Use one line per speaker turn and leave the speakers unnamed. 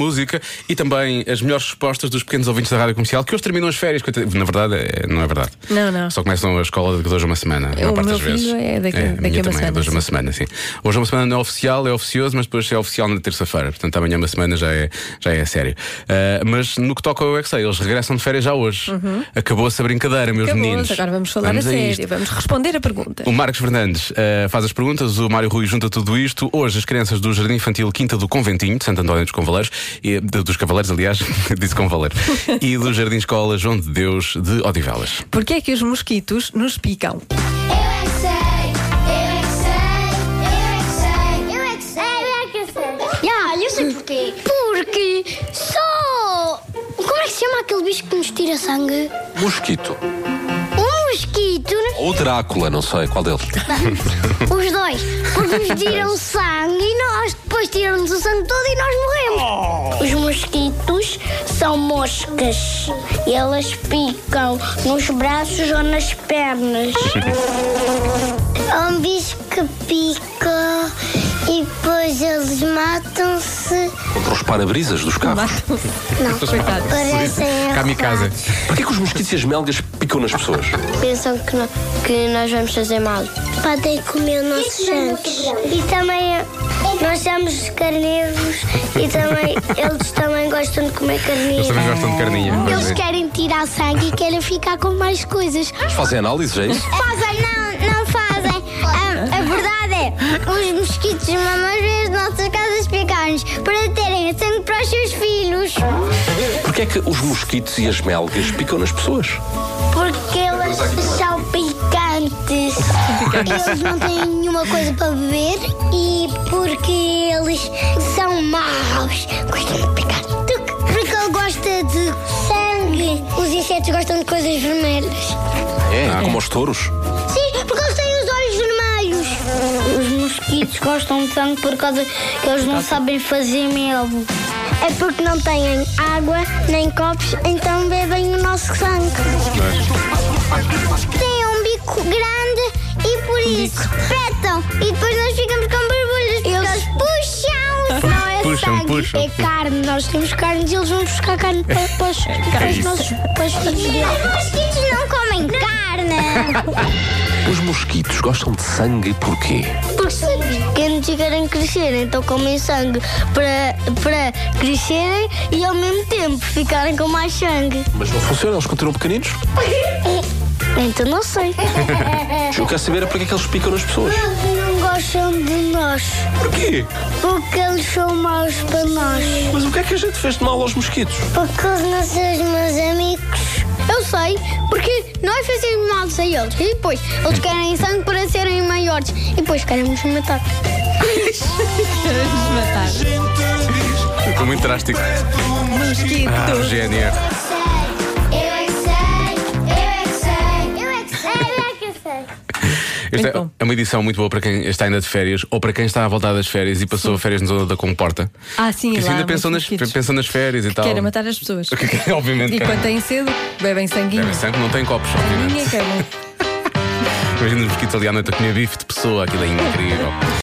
música e também as melhores respostas dos pequenos ouvintes da rádio comercial que hoje terminam as férias. coitado- Na verdade, é- não é verdade.
Não, não.
Só começam a escola daqui a dois a uma semana, a maior
O
parte
meu
das vezes.
filho é daqui-
a
daqui a
minha
uma
também é
semana,
dois a uma
sim.
semana, sim. Hoje uma semana não é oficial, é oficioso, mas depois é oficial na terça-feira. Portanto, amanhã uma semana já é, já é a sério. Ah, mas no que toca ao UXA, eles regressam de férias já hoje. Acabou-se a brincadeira, meus
Acabou,
meninos.
Uhum. agora vamos falar a sério,
isto.
vamos responder a pergunta.
O Marcos Fernandes eh, faz as perguntas, o Mário Rui junta tudo isto. Hoje, as crianças do Jardim Infantil Quinta do Conventinho, de Santo António dos Convaleiros, e, de- dos Cavaleiros, aliás, disse Convaleiro, e do Jardim Escola João de Deus de Odivelas.
Porquê é que os mosquitos nos picam?
Eu é que sei, eu é que sei, eu é que sei, eu é que sei, eu é que sei, eu é que sei. Ah, eu sei porquê. Porque só. Como é que se chama aquele bicho que nos tira sangue?
Mosquito.
Um mosquito, né?
Ou Drácula, não sei qual deles.
os dois. Porque nos tiram sangue e nós depois tiramos o sangue todo e nós
Oh.
morremos. Os mosquitos são moscas. E elas picam nos braços ou nas pernas. Há um bicho que pica e depois eles matam-se.
Contra os para-brisas dos carros.
Matam-se. Coitado.
Parecem
Kamikaze.
Porquê que os mosquitos e as melgas picam nas pessoas?
Pensam que, nós vamos fazer mal. Podem comer nossos santos. E também nós somos carnívoros e também eles também gostam de comer carninha.
Eles também gostam de carninha. pois é.
querem tirar sangue e querem ficar com mais coisas.
Fazem análises, é isso?
Fazem, não, não fazem. A, a verdade é, os mosquitos mamam às vezes nossas casas picar-nos para terem sangue para os seus filhos.
Porquê é que os mosquitos e as melgas picam nas pessoas?
Porque eles são picantes. Eles não têm nenhuma coisa para beber e porque eles são maus. Gostam de picar. Porque ele gosta de sangue. Os insetos gostam de coisas vermelhas.
É, como os touros.
Sim, porque eles têm os olhos vermelhos. Os mosquitos gostam de sangue por causa que eles não sabem fazer mel. É porque não têm água nem copos, então bebem o nosso sangue. Têm um bico grande e por isso espetam. E depois nós ficamos com borbulhas. Eles puxam. Não é
Puxam,
sangue,
puxam.
é carne. Nós temos carne e eles vão buscar carne para, para, os- para os
É isso.
nossos para os filhos deles. Os mosquitos não comem carne.
Os mosquitos gostam de sangue porquê?
Porque não querem crescer, então comem sangue para, para crescerem e ao mesmo tempo ficarem com mais sangue.
Mas não funciona, eles continuam pequeninos.
Então não sei.
Eu quero saber é porquê é que eles picam nas pessoas.
Não gostam de nós
Porquê?
porque eles são maus para nós.
Mas o que é que a gente fez de mal aos mosquitos?
Porque eles não são os meus amigos. Eu sei, porque nós fazemos mal a eles e depois eles querem sangue para serem maiores e depois querem nos matar.
Querem-nos matar.
Ficou muito drástico. Ah,
Mosquitos.
GNR.
Eu é que sei, eu é que sei, eu é que sei, eu é que sei.
Esta
Muito bom.
é uma edição muito boa para quem está ainda de férias ou para quem está à volta das férias e passou férias na zona da comporta.
Ah, sim,
Que assim,
lá há
ainda
muitos
pensam nas,
mosquitos.
pensam nas férias e tal.
Querem matar as pessoas.
Obviamente.
E é
querem.
quando têm cedo, bebem sanguinho.
Bebem sangue, não tem copos,
Ninguém
obviamente.
quer.
um Imagina os mosquitos ali à noite a comer bife de pessoa, aquilo é incrível.